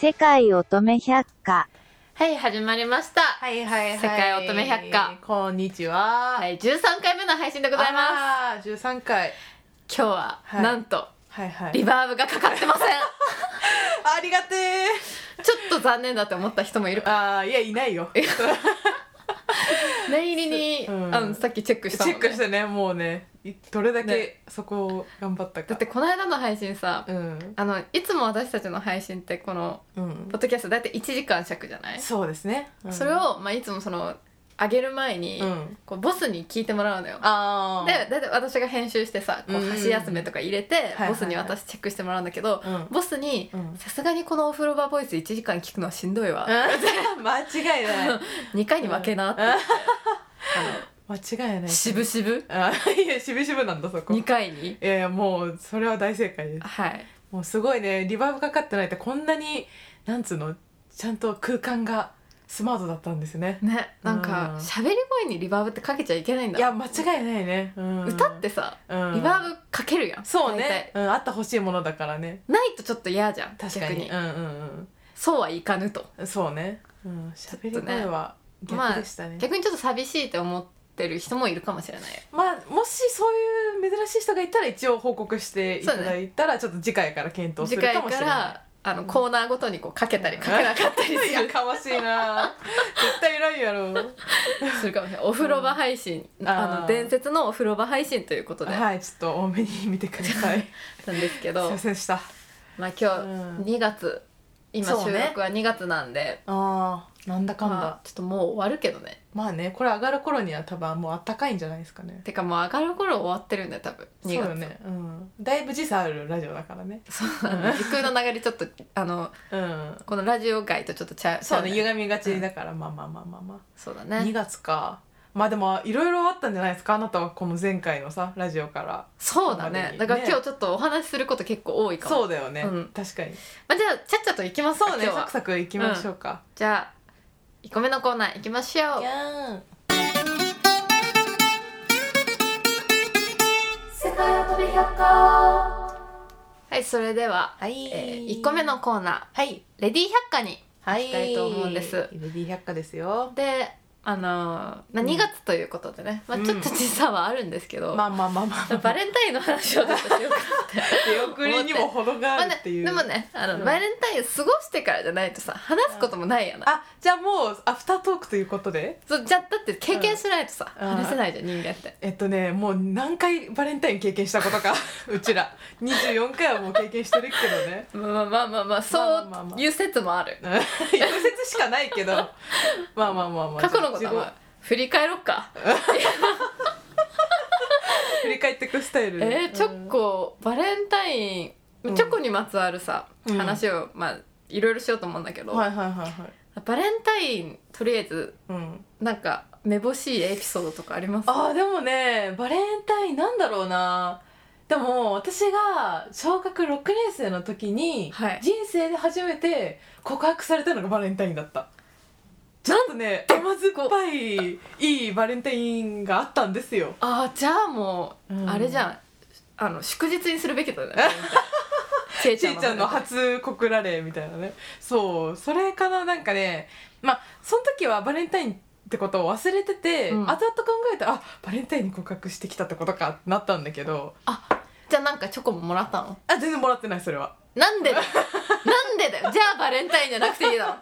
世界乙女百科はい、始まりました。はいはいはい。世界乙女百科。こんにちは。。はいい、13回目の配信でごございます。す。十三回。今日は、はいなんと、はいはい。リバーブがかかってま せん。ありがてえ。ちょっと残念だって思った人もいる。あーいやいないよ。チ念入りに、うんあの、さっきチェックしたもんェッねクしてねもうねいどれだけそこを頑張っただか。ってこの間の配信さ、うんあの、いつも私たちの配信って、この、うんポッドキャスト大体1時間尺じゃない、そうですね。うんそれを、まあ、いつもその、上げる前に、うんこうボスに聞いてもらうのよ。あで、だいたい私が編集してさ、こうんう、箸休めとか入れて、はいボスに私チェックしてもらうんだけど、うんボスにうん、さすがにこのお風呂場ボイス1時間聞くのはしんどいわ。うん 間違 いない。 2回に分けな って、間違いない。しぶしぶあいやしぶしぶなんだそこ。 2回に。いやいやもうそれは大正解です。はい。もうすごいねリバーブかかってないってこんなになんつうのちゃんと空間がスマートだったんですね。ね、なんかうん喋り声にリバーブってかけちゃいけないんだ。いや間違いないね、うん歌ってさ、うんリバーブかけるやん。そう大ね体、うん、あってほしいものだからねないとちょっと嫌じゃん。確かに逆うんうんそうはいかぬと。うんそうね、うん、しゃべり声はとねまあ逆でしたね,、逆にちょっと寂しいって思ってる人もいるかもしれない。まあ、もしそういう珍しい人がいたら一応報告していただいたら、ちょっと次回から検討す次るか回もかしれないら、あの、コーナーごとにこうかけたりかけなかったりいすやるかわしいな絶対ないや ろするかもしれない。お風呂場配信、んああーの、伝説のお風呂場配信ということで、はいちょっと多めに見てくださいすいなんですけどま、せんでしたまあ今うん日2月、今そう収ね録は2月なんで、あーなんだかんだ、まあちょっともう終わるけどねまあねこれ上がる頃には多分もうあったかいんじゃないですかねてかもう上がる頃終わってるんだよ多分そう2月よね、うん、だいぶ時差あるラジオだからねそうなんだ時空の流れちょっとあのうんこのラジオ外とちょっとちゃうそうねちゃ歪みがちだから、まあまあまあまあまそうだあ、2ね月かまあでもいろいろあったんじゃないですかあなたはこの前回のさラジオからそうだまあねねだから今日ちょっとお話しすること結構多いかもそうだよね、うん確かにまあ、じゃあちゃっちゃと行きますかそうね今日サはクサクいきましょうか、じゃあ1個目のコーナー行きましょうはいそれでは、はい、え1個目のコーナはいー「レディー百科」にはいたいと思うんですレディー百科ですよであのーまあ、2月ということでね、まあ、ちょっと時差はあるんですけど、まあまあまあ まあバレンタインの話をちょっと しようかなって手遅れにも程がまああるね、っていう、でもねあの、うんバレンタイン過ごしてからじゃないとさ話すこともないやな、あじゃあもうアフタートークということでそうじゃだって経験しないとさ、うん話せないじゃん人間ってえっとねもう何回バレンタイン経験したこ とかうちら24回はもう経験してるけどね まあまあまあまあそうまあまあまあいう説もある、うん一説しかないけどまあまあまあまあ過去のことはまあ振り返ろっか、振り返っていくスタイルえー、チョコバレンタイン、うんチョコにまつわるさうん話を、まあいろいろしようと思うんだけど、はいはいはいはいバレンタインとりあえずうん、なんかめぼしいエピソードとかありますあーでもねバレンタインなんだろうなでも私が小学6年生の時にはい人生で初めて告白されたのがバレンタインだったちょっとね甘酸っぱいいいバレンタインがあったんですよあーじゃあもう、うんあれじゃんあの祝日にするべきだ ねちいちいちゃんの初告られみたいなねそうそれからなんかねまあその時はバレンタインってことを忘れてて、うん後々考えたらあバレンタインに告白してきたってことかってなったんだけどじゃあなんかチョコももらったのあ全然もらってないそれはなんでだよなんでだよじゃあバレンタインじゃなくていい だろ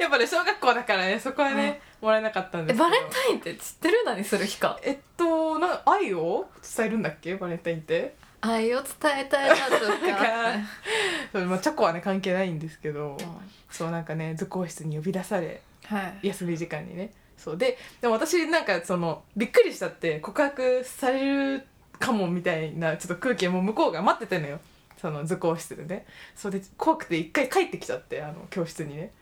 やっぱね小学校だからねそこはね、もらえなかったんでえすけどバレンタインって知ってる何する日かえっとな愛を伝えるんだっけバレンタインって愛を伝えたいな とだかからそう、まあ、チョコはね関係ないんですけど、そうなんかね図工室に呼び出されはい休み時間にねそうででも私なんかそのびっくりしちゃって告白されるかもみたいなちょっと空気もう向こうが待っててのよその図工室でねそうで怖くて一回帰ってきちゃってあの教室にね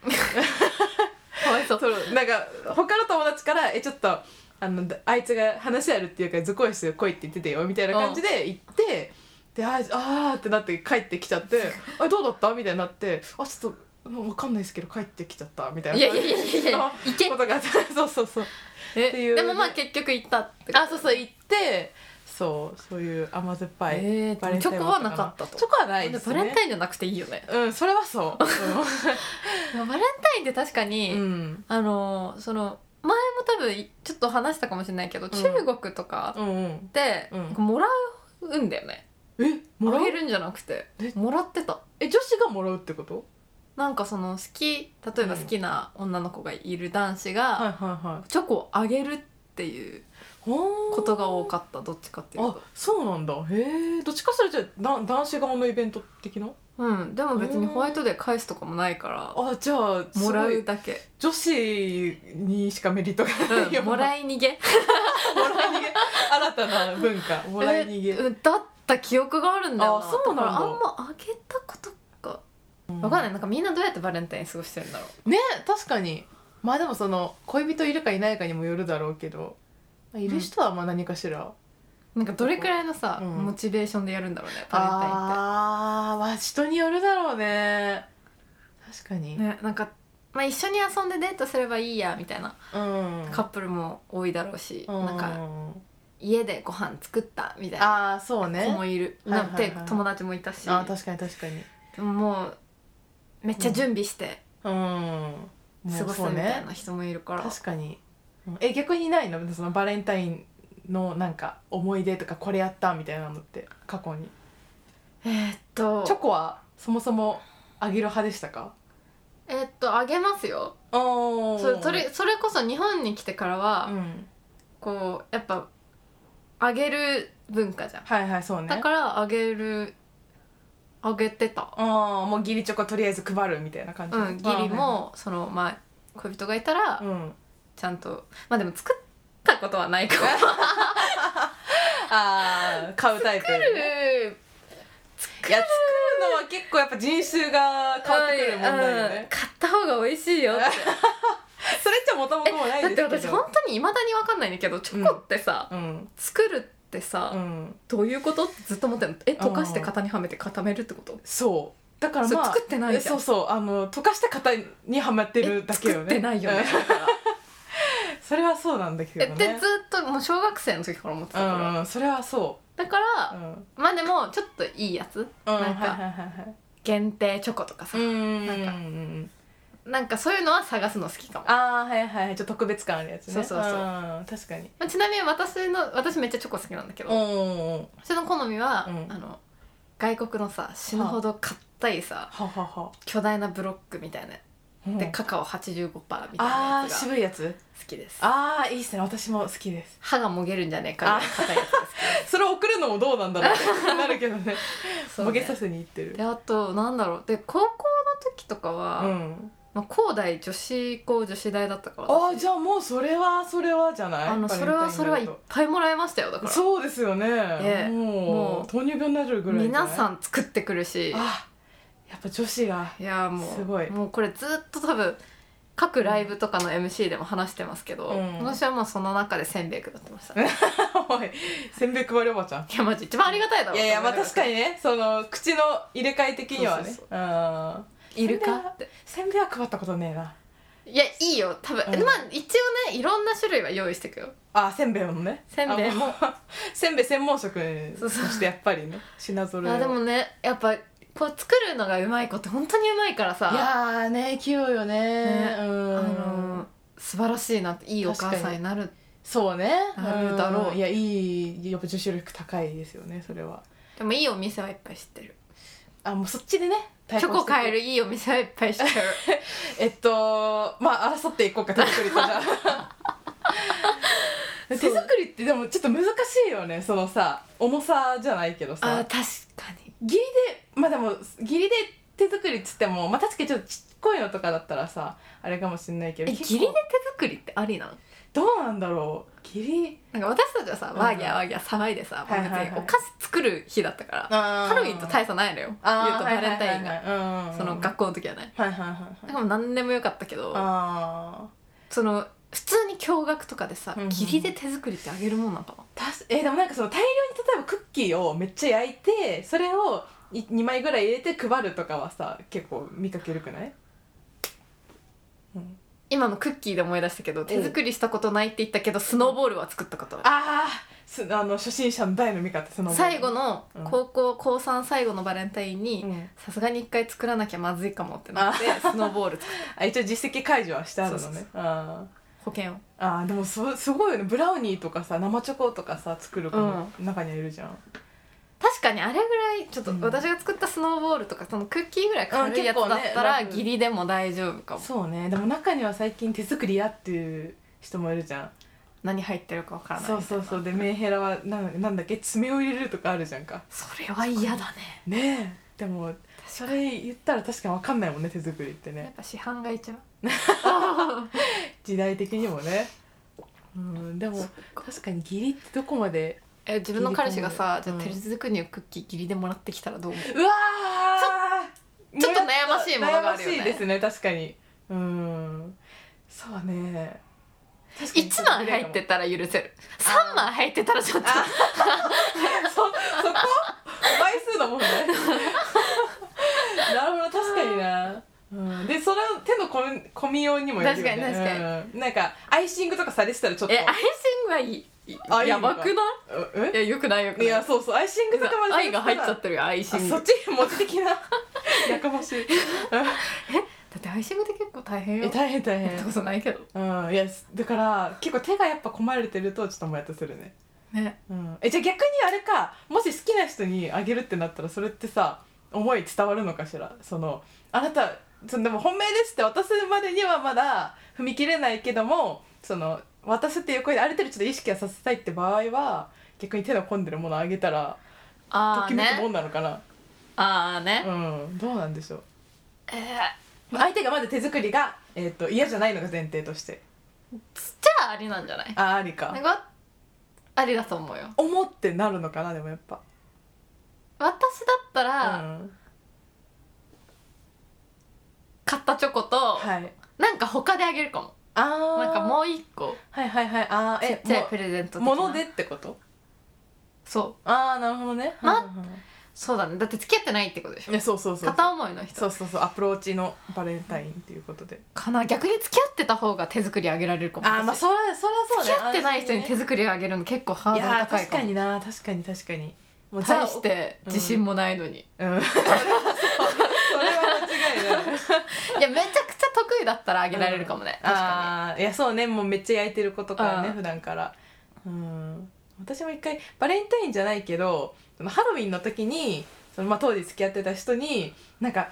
かわいそうそうなんか他の友達から「えちょっとあのだあいつが話あるっていうから図工室来いって言っててよ」みたいな感じで行って、であーあーってなって帰ってきちゃって「あどうだった?」みたいになって「あちょっともうわかんないですけど帰ってきちゃった」みたいないやいやいやいやいやの行け ことがあってそうそうそうえっていうでもまあ結局行ったってあそうそう行ってそうそういう甘酸っぱい、えーバレンタインチョコはなかったとチョコはないでですバねレンタインじゃなくていいよねうんそれはそう、いやバレンタインって確か に、うんうんあのーその前も多分いちょっと話したかもしれないけど、中国とかうんうんって、うんもらうんだよねえもらうあげるんじゃなくてえもらってたえ女子がもらうってことなんかその好き例えば好きな女の子がいる男子が、はいはいはいチョコをあげるっていうこことが多かったどっちかっていうあとそうなんだへえどっちかそれじゃあだ男子側のイベント的なうんでも別にホワイトデー返すとかもないからあじゃあすごもいらうだけ、女子にしかメリットが なう、いようんなもらい逃げもらい逃げ新たな文化もらい逃げえうんだった記憶があるんだよなあそうなんだからあんまあげたことかわわかんないいなんかみんなどうやってバレンタイン過ごしてるんだろね確かにまあでもその恋人いるかいないかにもよるだろうけど、まあ、いる人はまあ何かしら、うなんかどれくらいのさ、うんモチベーションでやるんだろうねバレンタインってあーまあ人によるだろうね確かに、ね、なんか、まあ、一緒に遊んでデートすればいいやみたいなうんカップルも多いだろうし、うんなんか家でご飯作ったみたいなああそうね子もいる、はいはいはいなんて友達もいたしあー確かに確かにもうめっちゃ準備してうんもう過ごすそうみたねいな人もいるから、確かにうんえ逆にないのそのバレンタインのなんか思い出とかこれやったみたいなのって過去にえーっとチョコはそもそもあげる派でしたかえーっとあげますよおそれそれそれこそ日本に来てからは、うんこうやっぱあげる文化じゃん、はいはいそうねだからあげるあげてたあーもう義理チョコとりあえず配るみたいな感じうん義理もそのまあ恋人がいたら、あーはいはいうんちゃんとまあでも作ったことはないかもあー買うタイプ作るいや作るのは結構やっぱ人種が変わってくる問題ようんね買った方が美味しいよってそれっちゃ元も子もないだっですてけど私本当にいまだに分かんないんだけどチョコってさ、うん作るってさ、うんどういうことってずっと思ってるのえ溶かして型にはめて固めるってことそうだからそれまあ作ってないじゃんえそうそうあの溶かした型にはまってるだけよね作ってないよねうんそれはそうなん だけえどでずねっともう小学生の時から思ってたうから、んうんそれはそだかううらん、うん、まあでもちょっといいやつはなんいはいかはいはい限定チョコとかさ、うんなんかうんなんかそういうのは探すの好きかも、ああはいはいはいちょっと特別感あるやつねそうそうそうん確かにまあ、ちなみに私の私めっちゃチョコ好きなんだけど、おん私の好みは、うんあの外国のさ死ぬほど硬いさははは巨大なブロックみたいな、うんでカカオ85%みたいなあやーつが渋いやつ好きですああいいっすね私も好きです歯がもげるんじゃねえかみたいな硬いやつが好 それ送るのもどうなんだろうってなるけどねきです ボそうねげさせにいってるであとなんだろうで高校の時とかは、うんまあ、高大女子高女子大だったからああじゃあもうそれはそれはじゃないあのそれバレンタインデーはとそれはいっぱいもらいましたよだからそうですよね、ええももうう糖尿病になるぐらいじゃない皆さん作ってくるしあやっぱ女子がいやーもうすごいもうこれずっと多分各ライブとかの MC でも話してますけど、うん私はもうその中でせんべいくだってま した、い おいせんべい配りおばちゃんやマジ一番ありがたいだろいやいやまあ確かにねその口の入れ替え的にはねそうそううんいるかってせんべいは配ったことねえないやいいよ多分、うんまあ一応ねいろんな種類は用意していくよあせんべいもねせんべいもあもうせんべい専門職とそうそうしてやっぱりね品揃えをあでもねやっぱこう作るのがうまい子って本当にうまいからさいやーね器用よねねうんあのー素晴らしいなっていいお母確さかんにになるそうねなるだろうんいやいいやっぱ女子力高いですよねそれはでもいいお店はいっぱい知ってるあもうそっちでねチョコ買えるるいいお店はいっぱい知 ってるえっとまあ争っていこうか手作りとじ ゃあ手作りってでもちょっと難しいよねそのさ重さじゃないけどあさー確かに義理でまあでも義理で手作りっつってもまあ確かにちょっとちっこいのとかだったらさあれかもしんないけどえ結義構理で手作りってありなのどうなんだろう義理なんか私たちはさうんワーギャーワーギャー騒いでさ、はいはいはいもう別にお菓子作る日だったからハハロウィンと大差ないのよ言うとバレンタインががその学校の時はねはいはいはだいはかいらもう何でもよかったけどあーその普通に驚愕とかでさうんうん義理で手作りってあげるもんなんかなたしえーでもなんかその大量に例えばクッキーをめっちゃ焼いてそれを2枚ぐらい入れて配るとかはさ結構見かけるくない今のクッキーで思い出したけど手作りしたことないって言ったけどスノーボールは作ったことあるあああの初心者の大の味方その最後の高校高3最後のバレンタインうにんさすがに一回作らなきゃまずいかもってなってスノーボール作ったあ一応実績解除はしてあるのねそうそうあ保険をーあーでもそすごいよねブラウニーとかさ生チョコとかさ作る子も中にはいるじゃん、確かにあれぐらいちょっとうん私が作ったスノーボールとかそのクッキーぐらい軽いやつうんだ結っ構ねたら楽義理でも大丈夫かもそうねでも中には最近手作りやっていう人もいるじゃん何入ってるかわからないそみうたいそうなそうでメンヘラはなんなんだっけ爪を入れるとかあるじゃんかそれは嫌だねねえでもそれ言ったら確かに分かんないもんね手作りってやっねぱ市販がいちゃう時代的にもねうんでも確かに義理ってどこまでえ自分の彼氏がさ義じゃあ理かも手作りのクッキー義理でもらってきたらど う思ううわーちょっと悩ましいものがあるよね悩ましいですね確かにうんそうね確かに1枚入ってたら許せる3枚入ってたらちょっとあそそこ倍数の 問題なるほど確かにな、うん、でその手の込み込みようにもよるよ、ね、確かに確に、なんかアイシングとかされてたらちょっとえアイシングはいいあいいやのかばくないういやよくないよくえないいやそうそうアイシングとかまでされ愛てたがら入っちゃってるよアイシあングそだっちに持ち的 なやかましいってアイシングって結構大変えよ大変大やったこ変とないけどうんいやだから結構手がやっぱ込まれてるとちょっともやっとするねねうん、えじゃあ逆にあれかもし好きな人にあげるってなったらそれってさ思い伝わるのかしらそのあなたそのでも本命ですって渡すまでにはまだ踏み切れないけどもその渡すっていう声である程度ちょっと意識はさせたいって場合は逆に手の込んでるものあげたらとああきめくもねんなのかな、ああね、うんどうなんでしょうえー相手がまず手作りが、えー、と嫌じゃないのが前提としてじゃあありなんじゃないあありかなんかありだと思うよ思ってなるのかなでもやっぱ私だったら、うん、買ったチョコと、はいなんか他であげるかもあーなんかもう一個はいはいはいあーちっえちゃいもうプレゼント的な物でってことそうああなるほどねまうんうんうんそうだねだって付き合ってないってことでしょいやそうそうそう片思いの人そうそうそうアプローチのバレンタインっていうことでかな逆に付き合ってた方が手作りあげられるかもああまあ私そりゃそりゃそうね付き合ってない人に手作りあげるの結構ハーいドルやー高い確かかもにな確かに確かにもう対して自信も ないのに、うん それは間違いないいやめちゃくちゃ得意だったらあげられるかもね、確かああいやそうねもうめっちゃ焼いてる子とかねうん普段からうん私も一回バレンタインじゃないけどそのハロウィンの時にその、まあ、当時付き合ってた人になんか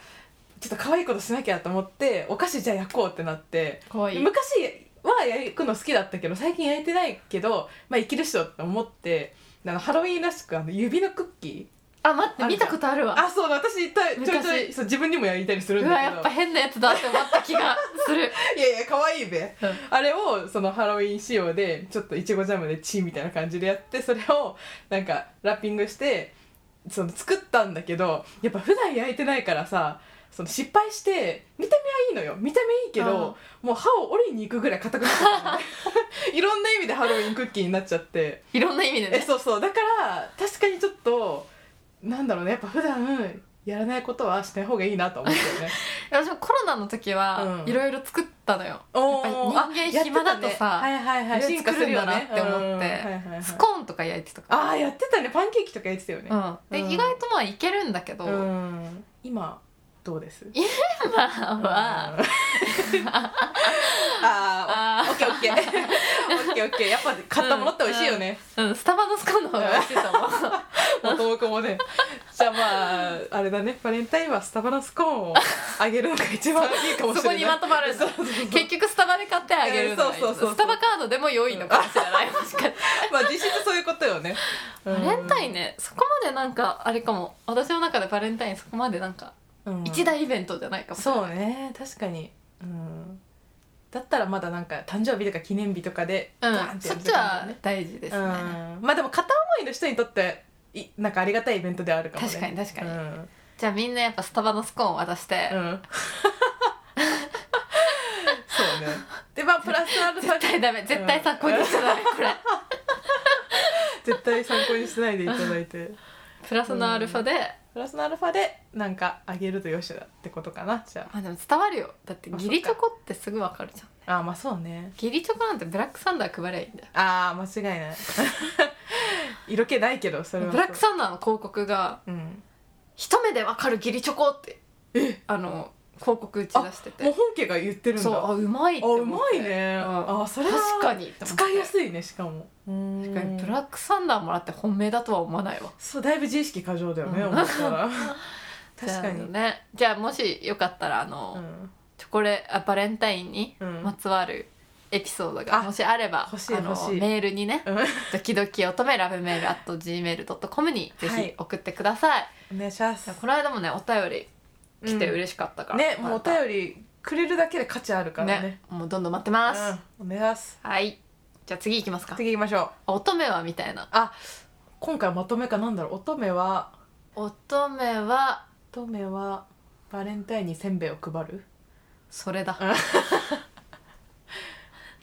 ちょっと可愛いことしなきゃと思ってお菓子じゃあ焼こうってなってにかわいい昔は焼くの好きだったけど最近焼いてないけどまあ生きる人って思ってあのハロウィンらしくあの指のクッキーあ待って見たことあるわあそう私たちょいちょい昔そう自分にも焼いたりするんうだわけやどっぱ変なやつだって思った気がす る、いやいや可愛いべあれをそのハロウィン仕様でちょっといちごジャムでチーみたいな感じでやってそれをなんかラッピングしてその作ったんだけどやっぱ普段焼いてないからさその失敗して見た目はいいのよ見た目いいけどもう歯を折りに行くぐらい硬くなっちゃった のねいろんな意味でハロウィンクッキーになっちゃっていろんな意味でえねそうそうだから確かにちょっとなんだろうねやっぱ普段やらないことはしない方がいいなと思ってね私もコロナの時はうんいろいろ作ったのよ、おやっぱ人間暇だとさはいはいはい、いろいろ作るんだなって思ってうんはいはいはいスコーンとか焼いてたかああやってたねパンケーキとかやってたよね、ら、うん、で、うん意外とまあいけるんだけど、うん今どうですまあまああ ああーオッケーオッケーオッケーオッケーやっぱ買ったものって美味しいよね、ーうん、スタバのスコーンの方が美味しいと思 うもともこもねじゃあまああれだねバレンタインはスタバのスコーンをあげるのが一番いいか もそしこれないにまとまるんだそうそうそう結局スタバで買ってあげるのがいいうんそうそうそうそうスタバカードでも良いのかもしれないもしかしてまあ実質そういうことよねババレンタインねそこまでなんかあれかも私の中でバレンタインそこまでなんか一大イベントじゃないかもしれない、そうね確かに、うん、だったらまだなんか誕生日とか記念日とかでうバーンん、てそやっるちとかはね大事ですね、うんまあでも片思いの人にとっていなんかありがたいイベントではあるかもね確かに確かに、うんじゃあみんなやっぱスタバのスコーンを渡して、うんそうねでまあプラスアルファ絶対ダメ絶対参考にしちゃダメこれ絶対参考にしないでいただいてプラスのアルファで、プラスのアルファでなんかあげるとよしだってことかなじゃまあでも伝わるよだって義理チョコってすぐわかるじゃんああーまあそうね義理チョコなんてブラックサンダー配ればいいんだよああ間違いない 色気ないけどそれはブラックサンダーの広告がうん「一目でわかる義理チョコ」ってあの広告打ち出してもうて本家が言ってるんだそうあうまいってあう思っまていね、うんあそれは確かに使いやいすいねしかも確確かにブラックサンダーもらって本命だとは思わないわそうだいぶ自意識過剰だよね、うん思った ら確かじゃあに、ねじゃあもしよかったらあの、うん、チョコレあバレンタインにうんまつわるエピソードがあもしあれば、欲しいあの欲しいメールにねうん「ドキドキ乙女ラブメール」at gmail.com にぜはひい送ってください、お願いしますこの間もねお便り来てし嬉しかったから、ねもうお便りくれるだけで価値あるからねねもうどんどん待ってます、うん、お願いしますはいじゃあ次行きますか次行きましょう乙女はみたいな今回まとめかなんだろう乙女は乙女は乙女はバレンタインにせんべいを配るそれだうん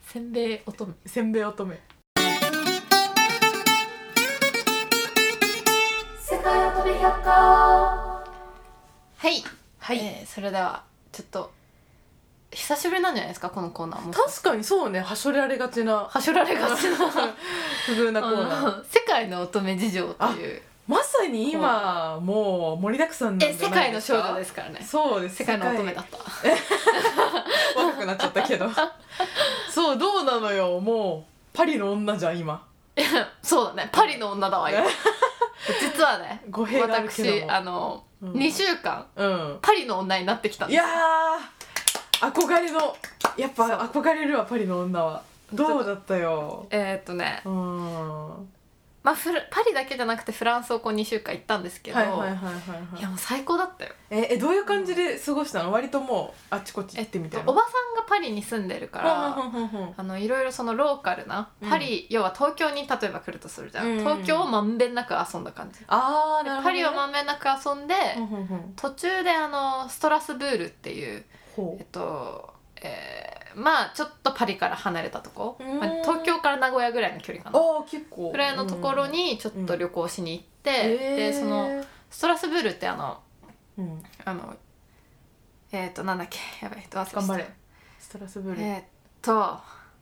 せんべい乙女せんべい乙女世界乙女百科はい、はいえーそれではちょっと久しぶりなんじゃないですかこのコーナーも確かにそうね はしょられがちなはしょられがち な 不遇なコーナーあの世界の乙女事情っていうまさに今もう盛りだくさんなんえじ世ゃな界いのです少か女ですからねそうです世界の乙女だった世界若くなっちゃった けどそうどうなのよもうパリの女じゃん今そうだねパリの女だわよ実はね語弊があるけども私あの、うん2週間うんパリの女になってきたんいですやー憧れのやっぱ憧れるわパリの女はどうだったよえーっとね、うんはまあ、フラパリだけじゃなくてフランスをこう2週間行ったんですけいど、はいはいはいいはやもう最高だったよいええどういう感じで過ごしたの割ともうあっちこっち行ってみたいえっとなおばさんがパリに住んでるから、ほんほんほんほんあのいろいろそのローカルなパリ、要は東京に例えば来るとするじゃん、うん東京をまんべんなく遊んだ感じ、あーなるほどねパリをまんべんなく遊んで、ほんほんほん途中であのストラスブールっていうほえっと、えーまあちょっとパリから離れたとこ、うんまあ東京から名古屋ぐらいの距離かうなあー結構ぐらいのところにちょっと旅行しに行って、でその、ストラスブールってあのうん、あのえっ、となんだっけやばいどう頑張れストラスブえール、ーっと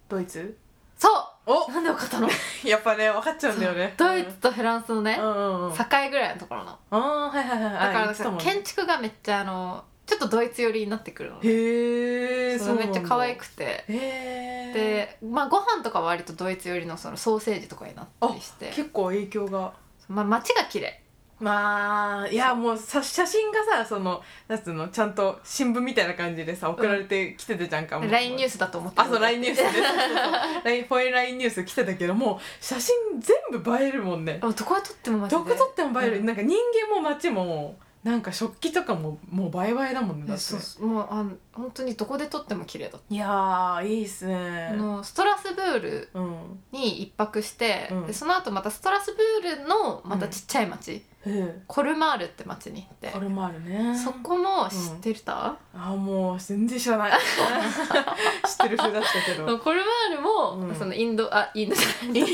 ドイツそおうなんでよかったのやっぱね分かっちゃうんだよね ドイツとフランスのね、うんうんうん境ぐらいのところのああはいはいはいだからあなん言ってたかもんね建築がめっちゃあのちょっとドイツ寄りになってくるのねへえそれめっちゃ可愛くてへえでまあご飯とかは割とドイツ寄りのそのソーセージとかになったりして結構影響がまあ街が綺麗まあいやもうさ写真がさそのなんつうのちゃんと新聞みたいな感じでさ送られてきてたじゃんか、もう LINE ニュースだと思ってあそう LINE ニュースねそうそうそう LINE フォイン LINE ニュース来てたけどもう写真全部映えるもんねあどこで撮ってもマジどでこ撮っても映える、うんなんか人間も街もなんか食器とかももう倍々だもんねだってそうそうもうあの本当にどこで撮っても綺麗だっいやーいいっすた、ねあのストラスブールうんに一泊して、うんでその後またストラスブールのまたちっちゃい町、うんコルマールって町に行ってこれもあるねそこも知ってるた、あもう全然知 らない知ってるふうだったけどコルマールも、うんそのインドあインドじゃないあ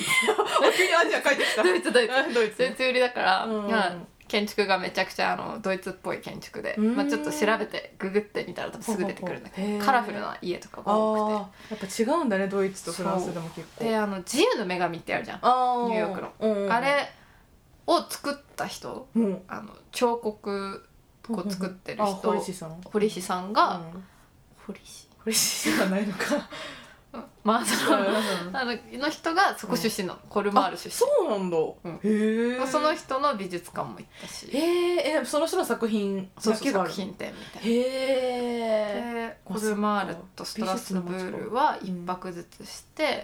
急にアジア帰ってきたドイツドイツあドイドイツ寄りだから、うんまあ建築がめちゃくちゃあのドイツっぽい建築で、うんまあ、ちょっと調べてググってみたら多分すぐ出てくるんだけほうほどうほうカラフルな家とかが多あーやっぱ違うんだねドイツとフランスでも結く構てであの自由の女神ってあるじゃん、あニューヨークのうんうんうんあれを作った人うんあの彫刻を作ってるあ人堀市さん堀市さんが、うん堀市堀市じゃないのかまあ そのうんあのの人がそこ出身なの、コルマール出身そうなんだんへまあえその人の美術館も行ったしへえその人の作品そうだそうけがあ作る品展みたいな。へえでコルマールとストラスブールは一泊ずつして、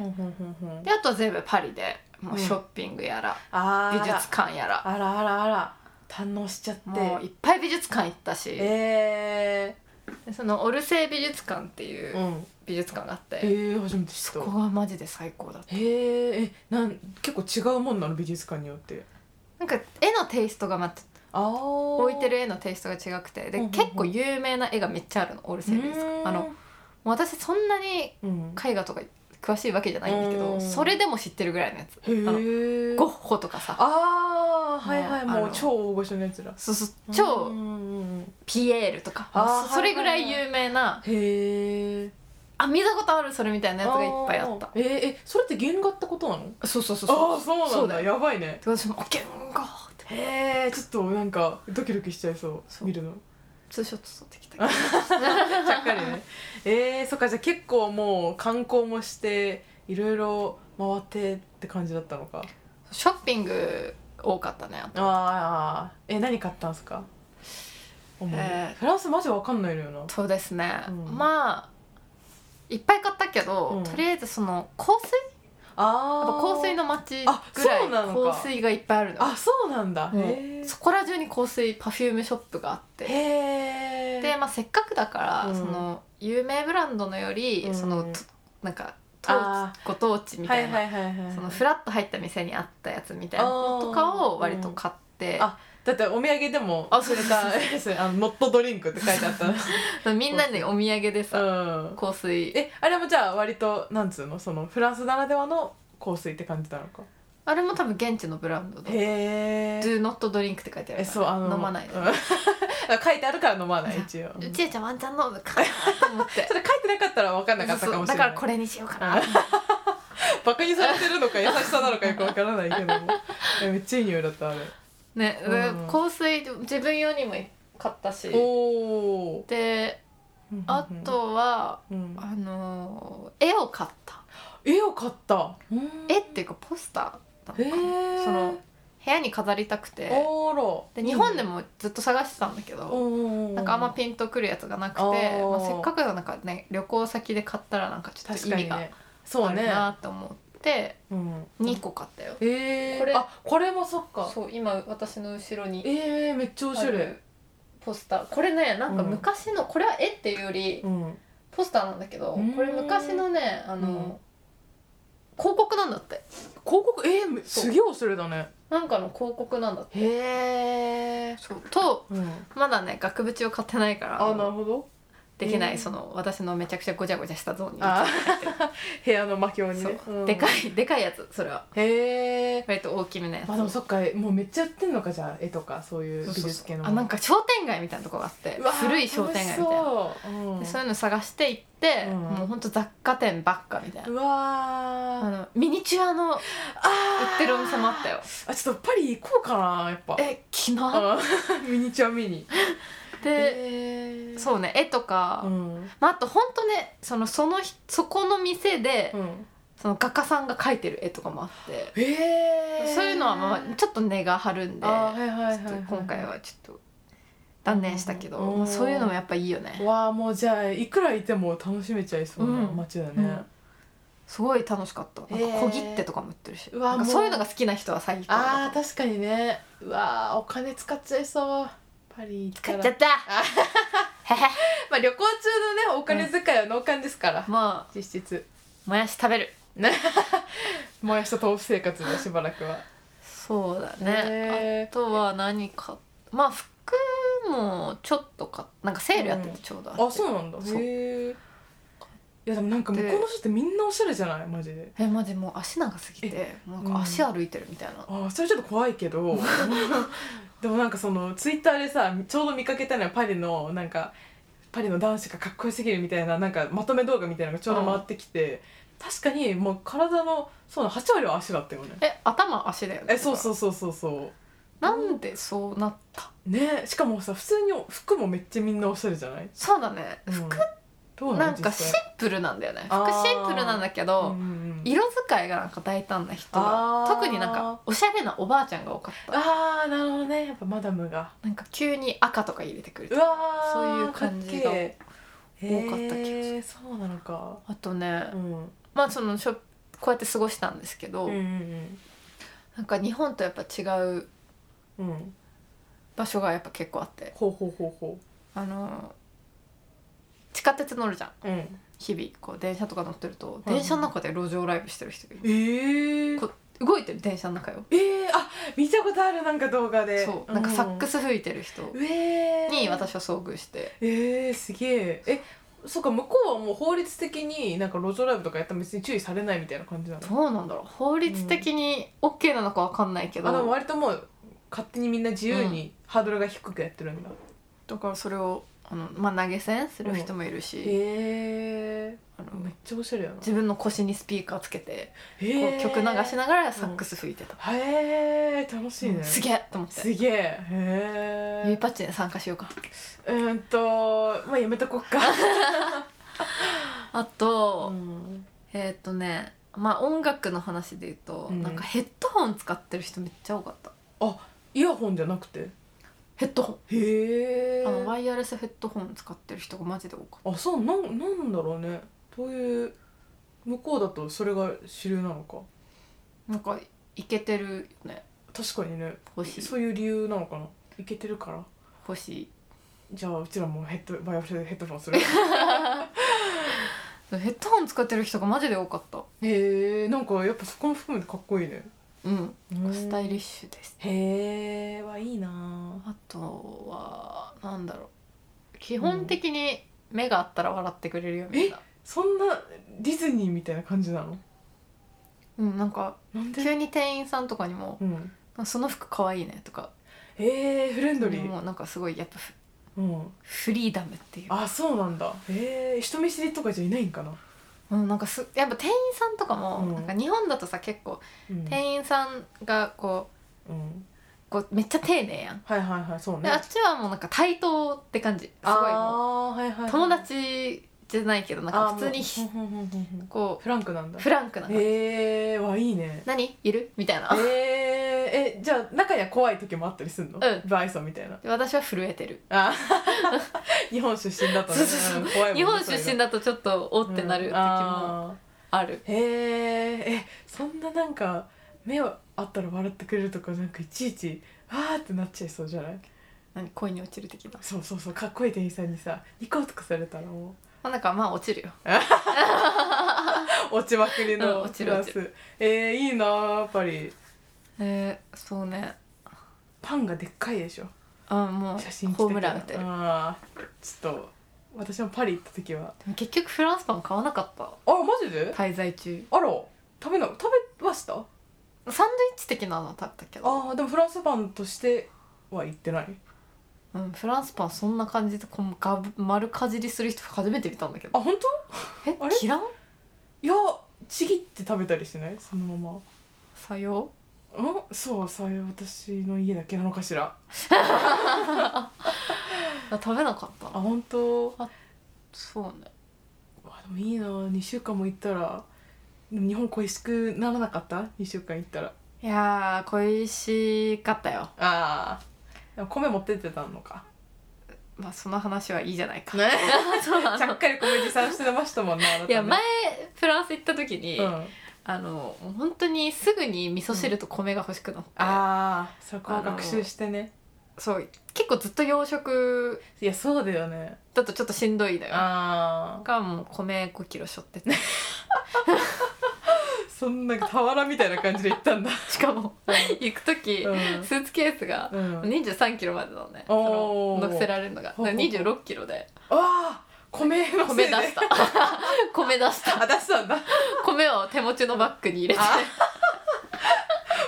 であとは全部パリでもうショッピングやら、あー美術館やらあらあらあら堪能しちゃってもういっぱい美術館行ったし、えでそのオルセー美術館っていーううん美術館があって、ええ初めて知ったそこはマジで最高だったへーえなん結構違うもんなの美術館によってななんか絵のテイストがまたあー置いてる絵のテイストが違くてで、うんうんうん結構有名な絵がめっちゃあるのオールセールですうーんあのもう私そんなにうん絵画とか詳しいわけじゃないんですけうどんそれでも知ってるぐらいのやつへーゴッホとかさあーはいはいねもあうの超大御所のやつらそうそうう超んうんうんピエールとかあーそそれぐらはいいはい有名なへえあ見たことあるそれみたいなやつがいっぱいあったえー、えそれって原画ってことなのそうそうそうそああそうなんだそうだやばいねうで私も「ゲンゴー」ってへえちょっとなんかドキドキしちゃいそうそう見るのツーショット撮ってきたけどち ゃっかり ねえー、そっかじゃあ結構もう観光もしていろいろ回ってって感じだったのかショッピング多かったねああえ何買ったんすか、主にえーフランスマジわかんないのよなそうですね、うんまあいっぱい買ったけど、うんとりあえずその香水あやっぱ香水の街あぐらそういなのか香水がいっぱいあるのあそうなんだ、うんへえそこら中に香水パフュームショップがあってへえで、まあ、せっかくだから、うんその有名ブランドのより、うんそのとなんかあご当地みたいな、はいはいはいはいそのフラッと入った店にあったやつみたいなのとかを割と買ってうんあ、だってお土産でもあそれた あのノットドリンクって書いてあったみんなにお土産で さ、なうん香水えあれもじゃあ割となんつうのそのフランスならではの香水って感じなのかあれも多分現地のブランドでへ「え Do not drink」って書いてあるからえそうあの飲まないでうん書いてあるから飲まない一応うちえちゃんワンちゃん飲むかなと思ってそれ書いてなかったら分かんなかったかもしれないそうそうだからこれにしようかなうんバカにされてるのか優しさなのかよく分からないけど もえめっちゃいい匂いだったあれね、でうん香水自分用にも買ったしおおであ、とは、うんあのー絵を買った絵を買った絵っていうかポスターへなのかなえその部屋に飾りたくておらで日本でもずっと探してたんだけど、ななんかあんまピンとくるやつがなくて、おまーあ、せっかくのなんかね旅行先で買ったらなんかちょっと意確か味にがねそあうるねなと思って、うん2個買ったよ、えー、これあこれもそっかそう今私の後ろにえー、めっちゃおしゃあれるポスターこれねなんか昔の、これは絵っていうよりうんポスターなんだけどうんこれ昔のねあの、うん広告なんだって広告えー、そうすげえおしゃれだねなんかの広告なんだってへえそうとうん、まだね額縁を買ってないからあなるほどできない、うんその私のめちゃくちゃごちゃごちゃしたゾーンにあー部屋の魔境にそねう、うんでかいでかいやつそれはへえ割と大きめのやつあでもそっかもうめっちゃやってんのかじゃあ絵とかそういうそう美そう術そ系うのあなんか商店街みたいなとこがあってうわー古い商店街みたいな楽しそう,、うん、でそういうの探して行って、うんもうほんと雑貨店ばっかみたいなうわーあのミニチュアの売っあーてるお店もあったよあちょっとパリ行こうかなやっぱえ昨日うん ミニチュア見にで、へーそうね絵とか、うんまあ、あとほんとねそのそのひそこの店で、うんその画家さんが描いてる絵とかもあって、へえそういうのはまあちょっと根が張るんで、あーはいはいはいちはょいっと今回はちょっと断念したけど、うんまあそういうのもやっぱいいよね、わあもうじゃあいくらいても楽しめちゃいそうなうん街だね、うんすごい楽しかったなんへーか小切手とかも売ってるしうわなんかもうそういうのが好きな人は最高あだーと確かにねうわあお金使っちゃいそうパリ行った買らっちゃった へへまあ旅行中のねお金遣いは農館ですから、も実質うもやし食べるもやしと豆腐生活でしばらくはそうだへーねあとは何かまあ服もちょっとかなんかセールやっててちょうどあって、あそうなんだそうへえいやでもなんか向こうの人ってみんなおしゃれじゃないマジでえマジもう足長すぎてもうなんか足歩いてるみたいな、ああそれちょっと怖い けどでもなんかそのツイッターでさちょうど見かけたのはパリのなんかパリの男子がかっこよすぎるみたいななんかまとめ動画みたいなのがちょうど回ってきて、確かにもう体のそうな8割は足だったよねえ頭足だよねえそううそうそうそうそなんでそうなったうねしかもさ普通に服もめっちゃみんなおしゃれじゃない、そうだねうん服どうのなんか実シン際プルなんだよねあ服ーシンプルなんだけうどんうんうん色使いがなんか大胆な人あがー特になんかおしゃれなおばあちゃんが多かったあーなるほどねやっぱマダムがなんか急に赤とか入れてくるうわーそういう感じがかっけえ多かった気がするへーそうなのかあとね、うんまあそのショッこうやって過ごしたんですけど、うんうんなんか日本とやっぱ違ううんうん場所がやっぱ結構あってほうほうほうほあの地下鉄乗るじゃんう。うん。日々こう電車とか乗ってるとい電車の中で路上ライブしてる人がいるええこ動いてる電車の中よええあ見たことあるなんか動画でそうなんかサックスス吹いてる人えに私は遭遇してえー、すげええそうか向こうはもう法律的になんか路上ライブとかやったら別に注意されないみたいな感じなのどうなんだろう法律的に OK なのかわかんないけど、あでも割ともう勝手にみんな自由にハードルが低くやってるんだ、だからそれをあの、まあ、投げ銭する人もいるし、えあー、のめっちゃおしゃれやな自分の腰にスピーカーつけて、こえう曲流しなながらサックス吹いてた、へえー、楽しいね、うんすげえと思ってすげえへ指えパッチンに参加しようかうーんとまあやめとこっか、あと、ん、えーっとねまあ音楽の話で言うと、うんなんかヘッドホン使ってる人めっちゃ多かったイヤホンじゃなくてヘッドホンへえあのワイヤレスヘッドホン使ってる人がマジで多かっあそうなんなんだろうねどういう向こうだとそれが主流なのかたなんかイケてるよね確かにね欲しいそういう理由なのかないけてるから欲しいじゃあうちらもヘッドバイオレスヘッドフォンするヘッドホン使ってる人がマジで多かった へえんかやっぱそこも含めてかっこいいねうんスタイリッシシュですュへえはいいなあとはなんだろう基本的に目があったら笑ってくれるよみんな、そんなディズニーみたいな感じなのうん、なんかなんで急に店員さんとかにもうん「その服かわいいね」とかへえフレンドリーもうなんかすごいやっぱフうんフリーダムっていうあそうなんだへえ人見知りとかじゃいないんかな、うん、なんかすやっぱ店員さんとかも、うんなんか日本だとさ結構うん店員さんがこうん、うこうめっちゃ丁寧やん、はいはいはいそうでねあっちはもうなんか対等って感じすごいもあーはいはいうはい友達じゃないけどなんあかーもう普通にひふんふんふんふんこフランクなんうだフランクな感じ、へえわいいね何いるみたいな、えー、えじゃあ中には怖い時もあったりするの、うんバイソンみたいなで私は震えてる あ日本出身だとねそうそうそううん怖いもんね日本出身だとちょっとおそういうのってなる時うんもあある、ーへええそんななんか目をあったら笑ってくれるとかなんかいちいちわーってなっちゃいそうじゃない何恋に落ちる的な、まそうそうそうかっこいい店員さんにさニコッとかされたらもうあ、なんかまあ落ちるよ落ちまくりうんの落ちクるラス、えー、いいなーやっぱりえー、そうねパンがでっかいでしょあもう写真来てホームラン打てるあーちょっと私もパリ行った時はでも結局フランスパン買わなかったあマジで滞在中あら食べな食べはしたあサンドイッチ的なのは食ったけど、ーでもフランスパンとしては行ってないうん、フランスパンそんな感じでこうがぶ丸かじりする人初めて見たんだけあど本当えあれ切らんいやちぎって食べたりしないそのままさようんそうそういう私の家だけなのかしらうあ食べなかったあな本当そうねわでもいいな2週間も行ったらでも日本恋しくならなかった2週間行ったらいやー恋しかったよああ米持ってってたのかまあその話はいいじゃないか、ね そうなちゃのっかり米持参してましたもんねあなたねいや前フランス行った時に、うん、ああの本当にすぐに味噌汁と米が欲しくなって、あーそこは学習してねそう結構ずっと洋食いやそうだよねだとちょっとしんどいのよああがもう米5キロしょってて そんな俵みたいな感じで行 ったんだしかも行く時、うスーツケースがん、うん、 2 3キロまでなのねそおーの乗せられるのがほうほうほう2 6キロであー米の米せい出でした 米出したあ出したんだ米を手持ちのバッグに入れてあ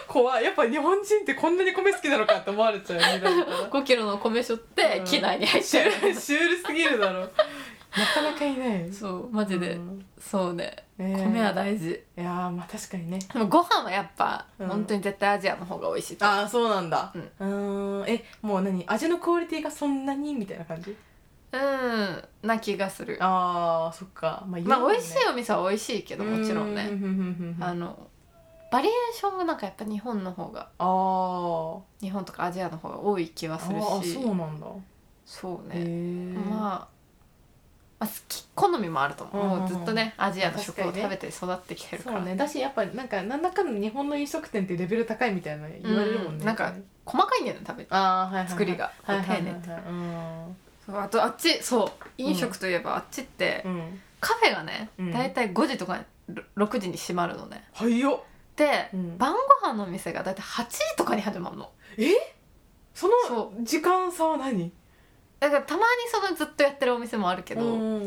怖いやっぱ日本人ってこんなに米好きなのかって思われちゃ うよねなんか5キロの米しょっうてん機内に入ってシュる、ールシュールすぎるだろ なかなかいないそうマジで、うんそうねねえ米は大事いやーまあ確かにねでもご飯はやっぱ、うん本当に絶対アジアの方が美味しいとああそうなんだううんーんえもう何味のクオリティがそんなにみたいな感じうんな気がするあーそっかまあ、まあ美味しいよお店は美味しいけどもちろんねああのバリエーションがなんかやっぱ日本の方があー日本とかアジアの方が多い気はあするーしそうなんだそうへね、えあまあ、まあ好き好みもあると思う,、うんうんうんもうずっとねアジアの食を確かにね食べて育ってきてるかそら、うねだしやっぱなんか何らかの日本の飲食店ってレベル高いみたいな言われるもんね、うんなんか細かいんだよね食べてあー、はいはいはい、作りが、はいはいは丁いはい寧ってうんそうあとあっちそう飲食といえばあっちって、うんカフェがねうん大体5時とかろ6時に閉まるのねはいよって、うん晩ご飯の店がだいたい8時とかに始まるのそその時間差は何だからたまにそのずっとやってるお店もあるけど、だいたい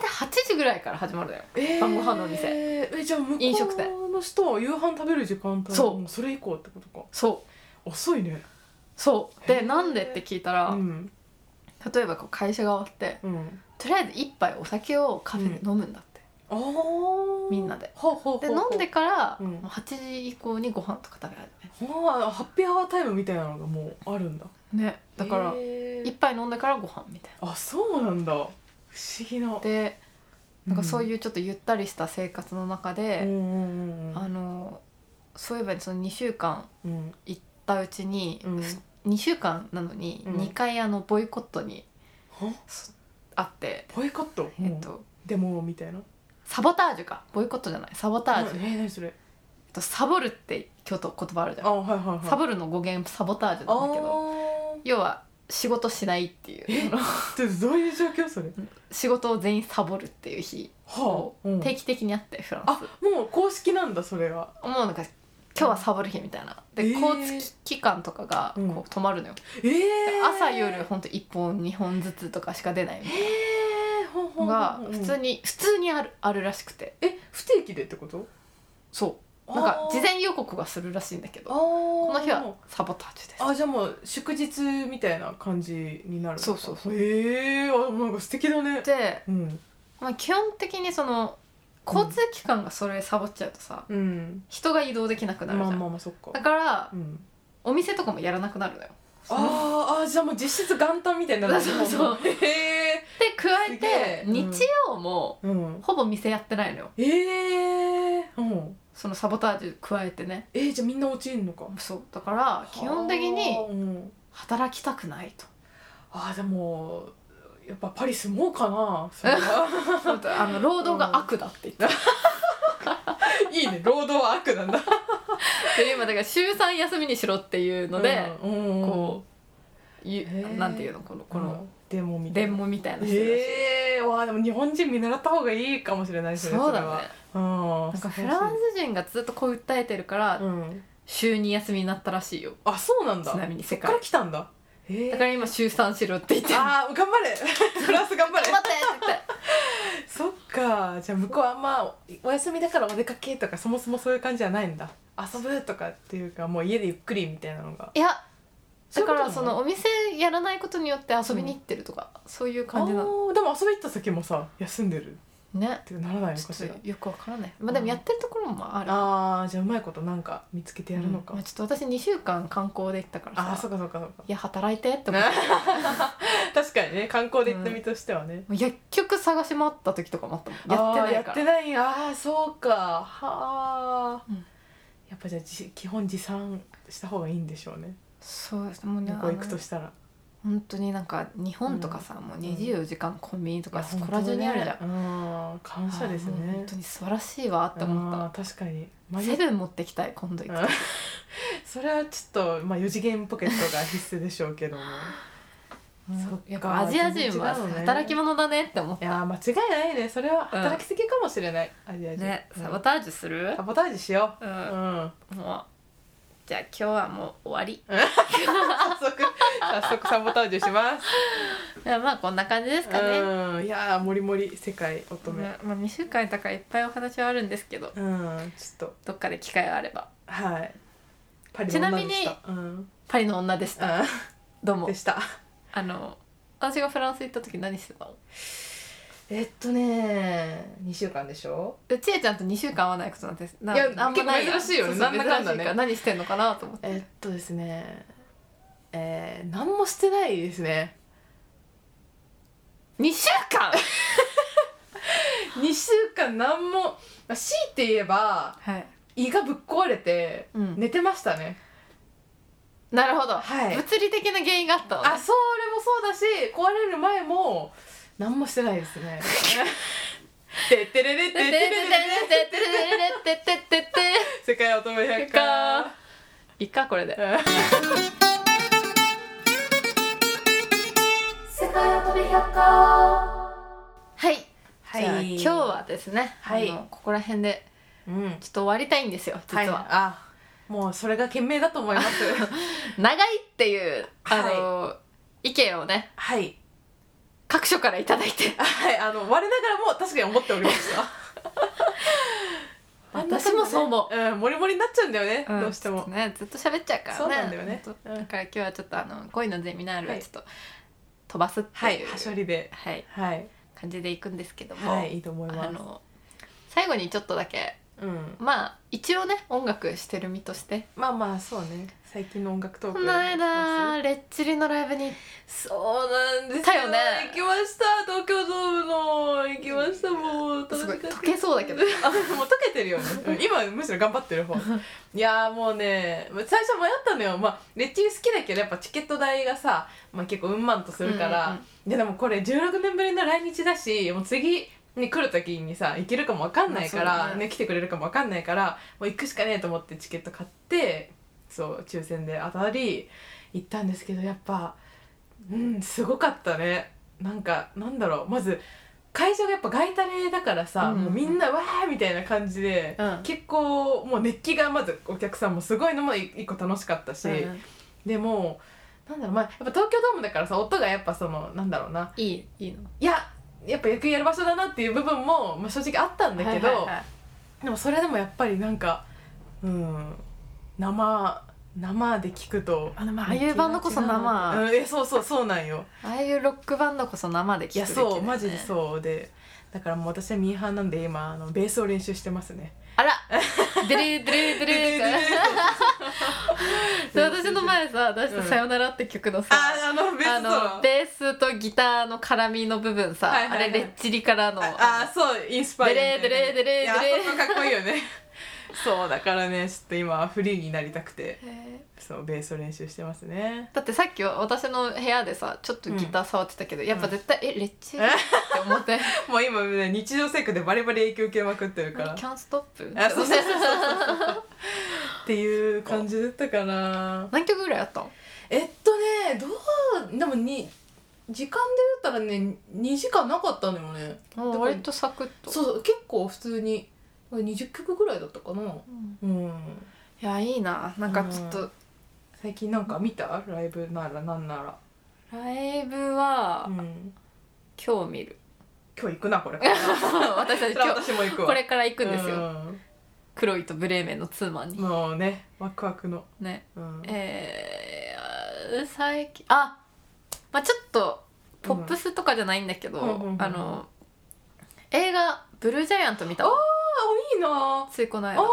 8時ぐらいから始まるだよえー晩ご飯の店えじゃあ向こ飲食店うの人は夕飯食べる時間帯そうもうそれ以降ってことかそう遅いねそうへでーなんでって聞いたら、うん例えばこう会社が終わってうんとりあえず一杯お酒をカフェで飲むんだって、あーみんなでほうほうほでう飲んでから、うんもう8時以降にご飯とか食べ始めるほうあハッピーアワータイムみたいなのがもうあるんだねだからへ一ー杯飲んでからご飯みたいあそうなんだ不思議ななでなんかそうういうちょっとゆったりした生活の中うんうで、んうんあのそういえばその2週間うん行ったうちに、うん2週間なのにうん2回あのボイコットにはあって、ボイコットえっとでもみたいなサボタージュかボイコットじゃないサボタージュ、うんええー何それっと、サボるって京都言葉あるじゃんあはいはいはいサボるの語源サボタージュなんだけど要は仕事しないっていうあーどういう状況それ仕事を全員サボるっていう日はあ、うん定期的にあってフランスあもう公式なんだそれはもうなんか今日はサボる日みたいなで、えー交通機関とかがうんこう止まるのよ、ええでー、朝夜ほんと1本2本ずつとかしか出ないみたいえー、ほんほなんほんほんのが普通に普通にあるあるらしくてえ不定期でってことそうなんかあー事前予告はするらしいんだけどあここの日はサボタージュですあじゃあもう祝日みたいな感じになるのかそうそうそうええー、あなんか素敵だねで、うんまあ、基本的にその交通機関がそれサボっちゃうとさ、うん人が移動できなくなまあるじゃん、まあまあそっかだからうんお店とかもやらなくなるのよあーあーじゃあもう実質元旦みたいになる そうそうそう へえで加えすげてえうん日曜もうんほぼ店やってないのよええー、うんそのサボタージュ加えてねえー、じゃあみんな落ちんのかそうだから基本的にはあうん、働きたくないとあーでもやっぱパリ住もうかなそれはあの労働が悪だって言って、いいね労働は悪なんだで今だから週3休みにしろっていうので、、うんこうゆーなんていうのこのこのデモみたい伝な聞みたいなのしてるらしいえー、わあでも日本人見習った方がいいかもしれないですねそうだねそれはうんなんかフランス人がずっとこう訴えてるから、うん週に休みになったらしいよあそうなんだちなみに世そっか界ら来たんだえー、だから今週3しろって言ってるあー頑張 れフランス頑張れ頑張ってって言ってそっかじゃあ向こうはあんまお休みだからお出かけとかそもそもそういう感じじゃないんだ遊ぶとかっていうかもう家でゆっくりみたいなのがいやだからそそういうことなののお店やらないことによって遊びに行ってるとか、そういう感じなあのーでも遊び行った先もさ休んでるっねてならないのちかょしっらとよくわからないまあでもやってるところもある、あーじゃあうまいことなんか見つけてやるのうか、んまあ、ちょっと私2週間観光で行ったからあーさそっかそっかそっかいや働いてって思って確かにね観光で行った身としてはね、もう薬局探し回った時とかもあったもんやってないあーやかってらないああそうかはあ、うんやっぱじゃあじ基本持参した方がいいんでしょうねそうですもうね旅あ行の行くとしたら本当になんか日本とかさ、もう24時間コンビニとかそこら中にあるじゃん、ん、うん、感謝ですあーもうね本当に素晴らしいわって思ったあー確かに、まあ、セブン持ってきたい今度行くとそれはちょっと、まあ、4次元ポケットが必須でしょうけども うんそっかやっぱアジア人は全然違うね働き者だねって思っいたやー間違いないねそれは働きすぎかもしれない、アジア人ねうんサボタージュするサボタージュしよう、ううんんもうじゃあ今日はもう終わり早速早速サボタージュしますいやまあこんな感じですかね、うんいやーもりもり世界乙女まあ、2週間いたからいっぱいお話はあるんですけどうん、ちょっとどっかで機会があればはいパリちなのみ女にでしたうんパリの女でしたどううんもでしたあの私がフランス行った時何してたのえっとね2週間でしょでちえちゃんと2週間会わないことなんてないやんまないや結構珍しいよねそうそうなんだかんだ珍ねしいから何してんのかなと思ってえっとですねえー、何もしてないですね2週間2週間何も、まあ、強いて言えばはい、胃がぶっ壊れてうん寝てましたね、なるほど、はい物理的な原因があったのねあそれもそうだし壊れる前も何もしてないです ねてってれれってってれれれ世界乙女百科 いいかこれで世界乙女百科はい、はいじゃあ今日はですね、はいあのここら辺でうんちょっと終わりたいんですよ実はいは、あもうそれが賢明だと 思います長いっていうあの、意見をねはい各所からいただいてはいあの我ながらも確かに思っておりました 私もそう 思うう、ん、モリモリになっちゃうんだよね、んどうしちてょっもとねずっと喋っちゃうからねそうなんだよねほとうんだから今日はちょっとあの恋のゼミナールはちょっと飛ばすっていう、はい端折りではいはい感じでいくんですけども、はいいいと思いますあの最後にちょっとだけうん、まあ一応ね音楽してる身としてまあまあそうね最近の音楽トークこの間レッチリのライブにそうなんですたよね行きました東京ドームの行きましたもうすごい楽しかっ溶たけそうだ けどあもう溶け てるよねうん今むしろ頑張ってる方いやーもうね最初迷ったのよ、まあ、レッチリ好きだけどやっぱチケット代がさ、まあ、結構うんまんとするから、うんうんいやでもこれ16年ぶりの来日だしもう次に来る時にさ行けるかもわかんないかまあそうら、だねね来てくれるかもわかんないからもう行くしかねえと思ってチケット買ってそう抽選で当たり行ったんですけどやっぱうんすごかったねなんかなんだろうまず会場がやっぱ外タレだからさ、うんもうみんなわーみたいな感じで、うん結構もう熱気がまずお客さんもすごいのも一個楽しかったし、うんでもうなんだろうまあやっぱ東京ドームだからさ音がやっぱそのなんだろうないいいいのいややっぱ野球やる場所だなっていう部分も、まあ、正直あったんだけど、はいはいはいでもそれでもやっぱりなんかうん生生で聞くとあのまあああいうバンドこそ生うん、えそうそうそうなん よああいうロックバンドこそ生で聴くいべやきそう、マジでうそうでだからもう私はミーハーなんで今あのベースを練習してますねあら デレデレデレからで私の前さ出した「さよなら」って曲のさ、 ああのベーあスそうのベースとギターの絡みの部分さ、はいはいはいあれレッチリからのああそうインスパイアデレーデレーデレーデレーーかっこいいよね そうだからねちょっと今はフリーになりたくてへそうベースを練習してますねーだってさっき私の部屋でさちょっとギター触ってたけど、やっぱ絶対「えレッチリ?」って思 って「もう今ね日常生活でバリバリ影響受けまくってるからキャンストップ?」あそうそうそうそうそうっていう感じだったかな 何曲ぐらいあったのえっとねどうでもに時間で言ったらね2時間なかったのよねもう割とサクッとそうそう結構普通に20曲ぐらいだったかうなんうんいやいいななんかちょっと、う最近なんか見たライブならなんなら、ライブはうん、今日見る 今日行くなこれそ私たちれ今日私も行くわこれから行くんですよ、黒いとブレーメンのツーマンうんにもうねワクワクの、ねうん、えー、最近あまあちょっとポップスとかじゃないんだけど、うんうんうんうんあの映画「ブルージャイアント」見たおあいいなあついこの間あ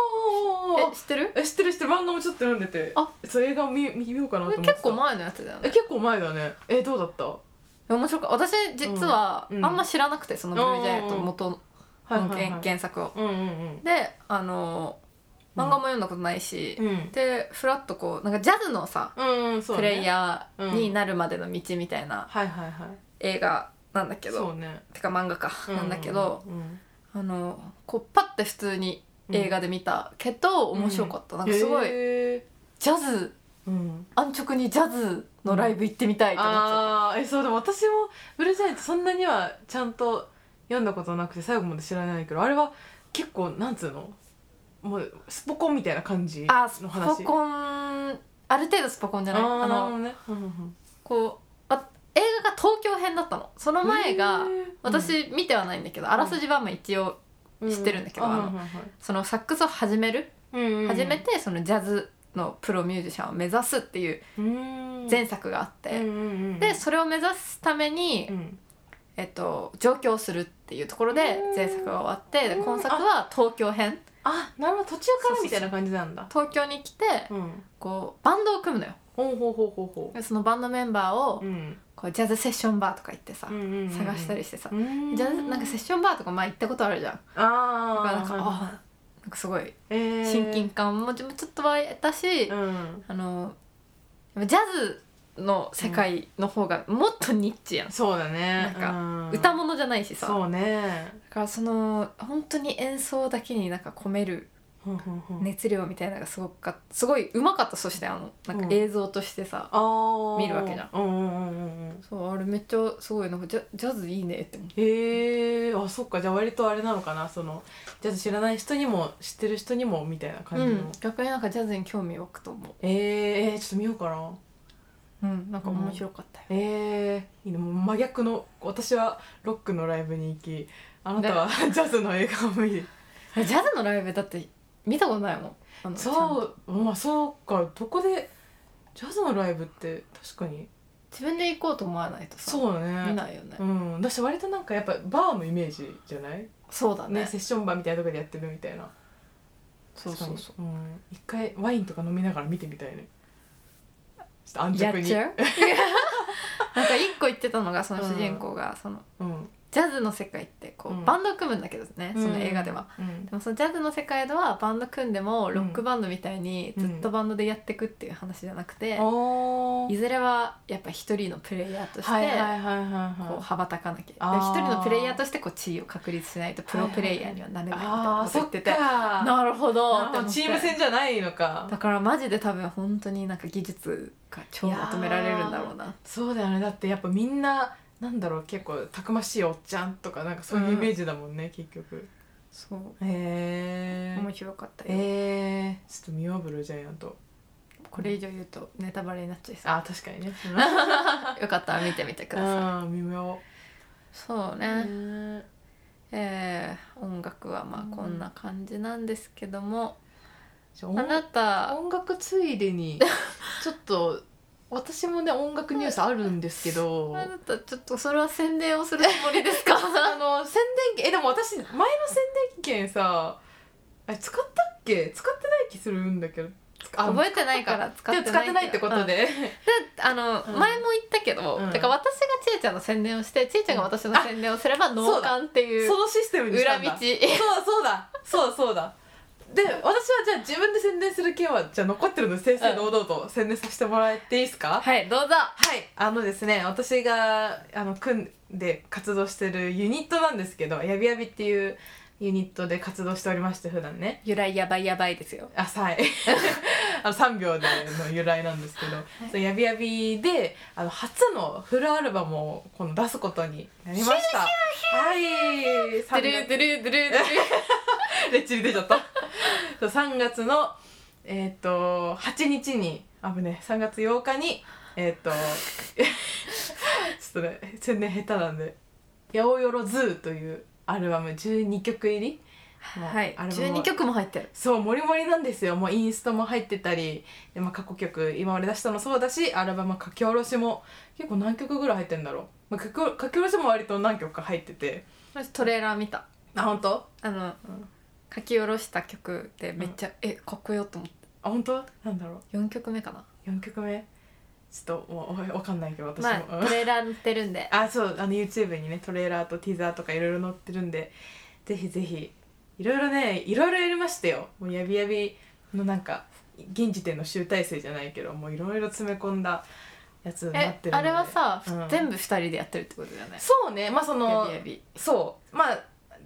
え知ってるえ知ってる知ってる漫画もちょっと読んでてあそう映画見見ようかなことれ思ってた結構前のやつだよえね結構前だねえどうだったは面白かった私実はあうんうんんま知らなくてその「ブルージャイアント」元のいはい、はい、原原作をうんうんうんであの漫画も読んだことないし、うんでフラッとこうなんかジャズのさ、うん、うん、そうプねレイヤうーんになるまでの道みたいなはいはいはい映画なんだけど、そうねてか漫画か、なんだけど、うんあのこうパッて普通に映画で見たけど、面白かったなんかすごい、へジャズーうん安直にジャズのライブ行ってみたいと思っちゃっああーえそうでも私も「ブルージャイアント」そんなにはちゃんと読んだことなくて最後まで知らないけどあれは結構なんつうのもうスポコンみたいな感じのた、あ話ースポコンある程度スポコンじゃないああーなるほどのねうんうんうんこうあ映画が東京編だったのその前がへー私見てはないんだけど、あらすじはまあ一応うん知ってるんだけどうあのはいはいそのサックスを始める、うんうん始めてそのジャズのプロミュージシャンを目指すっていううん前作があって、うんうんうんでそれを目指すために、うんえっと、上京するっていうところでうん前作が終わってでうん今作は東京編あなるほど途中からみたいな感じなんだ東京に来てうんこうバンドを組むのよほうほうほうほうほでそのバンドメンバーをううんこうジャズセッションバーとか行ってさうんうんうん探したりしてさうんジャズなんかセッションバーとか前行ったことあるじゃんだからなんあかーあーなんかすごいえー親近感もちょっと湧いたしうんあのでもジャズの世界の方がもっとニッチやんそうだなねんかうん歌物じゃないしさそうねだからその本当に演奏だけになんか込めるうんうんうん熱量みたいなのがすごかっすごいうまかったそしてあのなんかうん映像としてさ、あー見るわけじゃんうんうんうんうんそうあれめっちゃすごいなんかジャジャズいいねって思うへえあそっかじゃあ割とあれなのかなそのジャズ知らない人にも知ってる人にもみたいな感じの、うん、逆になんかジャズに興味湧くと思えー、えーちょっと見ようかなう、うん、なんか面白かったよ、えー、いいねもう真逆の私はロックのライブに行きあなたは ジャズの映画を見るジャズのライブだって見たことないもんあのちゃんとそうまあそうかどこでジャズのライブって確かに自分で行こうと思わないとさそうだ見ねないよね、うん、私割となんかやっぱバーのイメージじゃない、そうだねね、セッションバーみたいなとこでやってるみたいな、そうそうそうん、一回ワインとか飲みながら見てみたいねちょっと安や直っにちゃう なんか一個言ってたのがその主人公がそのうんジャズの世界ってこう、うんバンド組むんだけどねその映画では、、うんでもそのジャズの世界ではバンド組んでもロックバンドみたいにずっとバンドでやってくっていう話じゃなくて、おーいずれはやっぱ一人のプレイヤーとしはいはいはいてはいこうは羽ばたかなきゃ、あーで一人のプレイヤーとしてこう地位を確立しないとプロプレイヤーにはなれいないみたいあなーことそ言っってて、かなるほどなるほどチーム戦じゃないのかだからマジで多分本当になんか技術が超求められるんだろうなそうだよねだってやっぱみんななんだろう結構たくましいおっちゃんとかなんかそういうイメージだもんね、結局そうへ面白かったえよ、えー、ちょっと見ようブルージャイアントこれ以上言うとネタバレになっちゃいそあー確かに ねうよかったら見てみてください、うん見よそうう、ね、ねえー音楽はまあこんな感じなんですけども、じゃあなあた音楽ついで にちょっと私もね音楽ニュースあるんですけどあなたちょっとそれは宣伝をするつもりですかあの宣伝えでも私前の宣伝券さあ使ったっけ使ってない気するんだけどつ かあ覚えてないから使っでてもない使ってないってことで、であの、うん前も言ったけど、うんだから私がちえちゃんの宣伝をしてちえちゃんが私の宣伝をすれば脳幹っていう そのシステムにした裏ん道だそうそうだそうそうだで私はじゃあ自分で宣伝する件はじゃあ残ってるの正々堂々と宣伝させてもらっていいですか、はい、はいどうぞあのですね私があの組んで活動してるユニットなんですけどやびやびっていうユニットで活動しておりまして普段ね由来やばいやばいですよ浅 いあの3秒での由来なんですけど「そうやびやびで」あの初のフルアルバムをこの出すことになりましたはいドゥ三ルー月ドゥルードゥルードゥ レッチリ出ちゃったそう3月のえっ、と8日にあぶね3月8日にえっ、と ちょっとね宣伝下手なんで「八百万ズー」というアルバム12曲入りル のはいアルバムを12曲も入ってるそうモリモリなんですよもうインストも入ってたりで、まあ、過去曲今まで出したのそうだしアルバム書き下ろしも結構何曲ぐらい入ってんだろう、まあ、書き書き下ろしも割と何曲か入ってて私トレーラー見たあ本当あの、うん書き下ろした曲でめっちゃ、えかっこよと思ってあ本当なんだろ4曲目かなう4曲目ちょっともうわかんないけど私も、まあトレーラー載ってるんであそうあの YouTube にねトレーラーとティザーとかいろいろ載ってるんでぜひぜひいろいろねいろいろやりましたよもうやびやびのなんか現時点の集大成じゃないけどもういろいろ詰め込んだやつになっえてるんであれはさ、うん全部2人でやってるってことだよねそうねまあそのやびやびそうまあ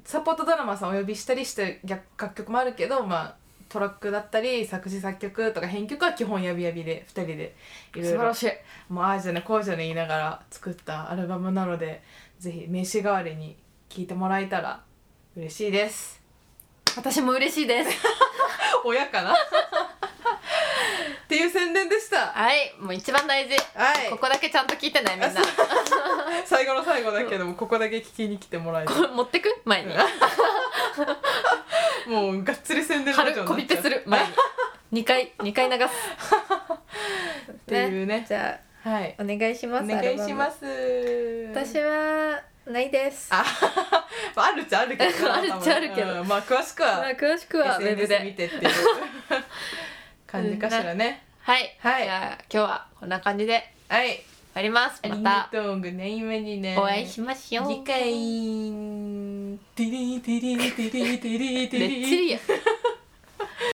サポートドラマーさんお呼びしたりして逆楽曲もあるけどまあトラックだったり作詞作曲とか編曲は基本やびやびで2人でいろい素晴ろらしいもうああじゃねこうじゃね言いながら作ったアルバムなのでぜひ名刺代わりに聴いてもらえたら嬉しいです私も嬉しいです 親かなっていう宣伝でしたはい、もう一番大事。はいここだけちゃんと聞いてないみんな。あ最後の最後だけどもここだけ聞きに来てもらえ これ持ってく前に。るもうがっつり宣伝貼ラジオる、コピペする前に。二回、二回流す。 っていうねじゃはいあ、お願いしまおす。。願いしますす私は、ないです。あまああるっ ちゃあるけどあるっちゃあるけどうんまあ詳しくまあは、詳しくはウェブ SNS 見で。てっていう 感じかしらねはい。はいじゃあ、今日はこんな感じではい終わります。ありまがとうございますね。た、お会いしましょう。次回。ティリーティリーティリーティリーティリーレッチリや。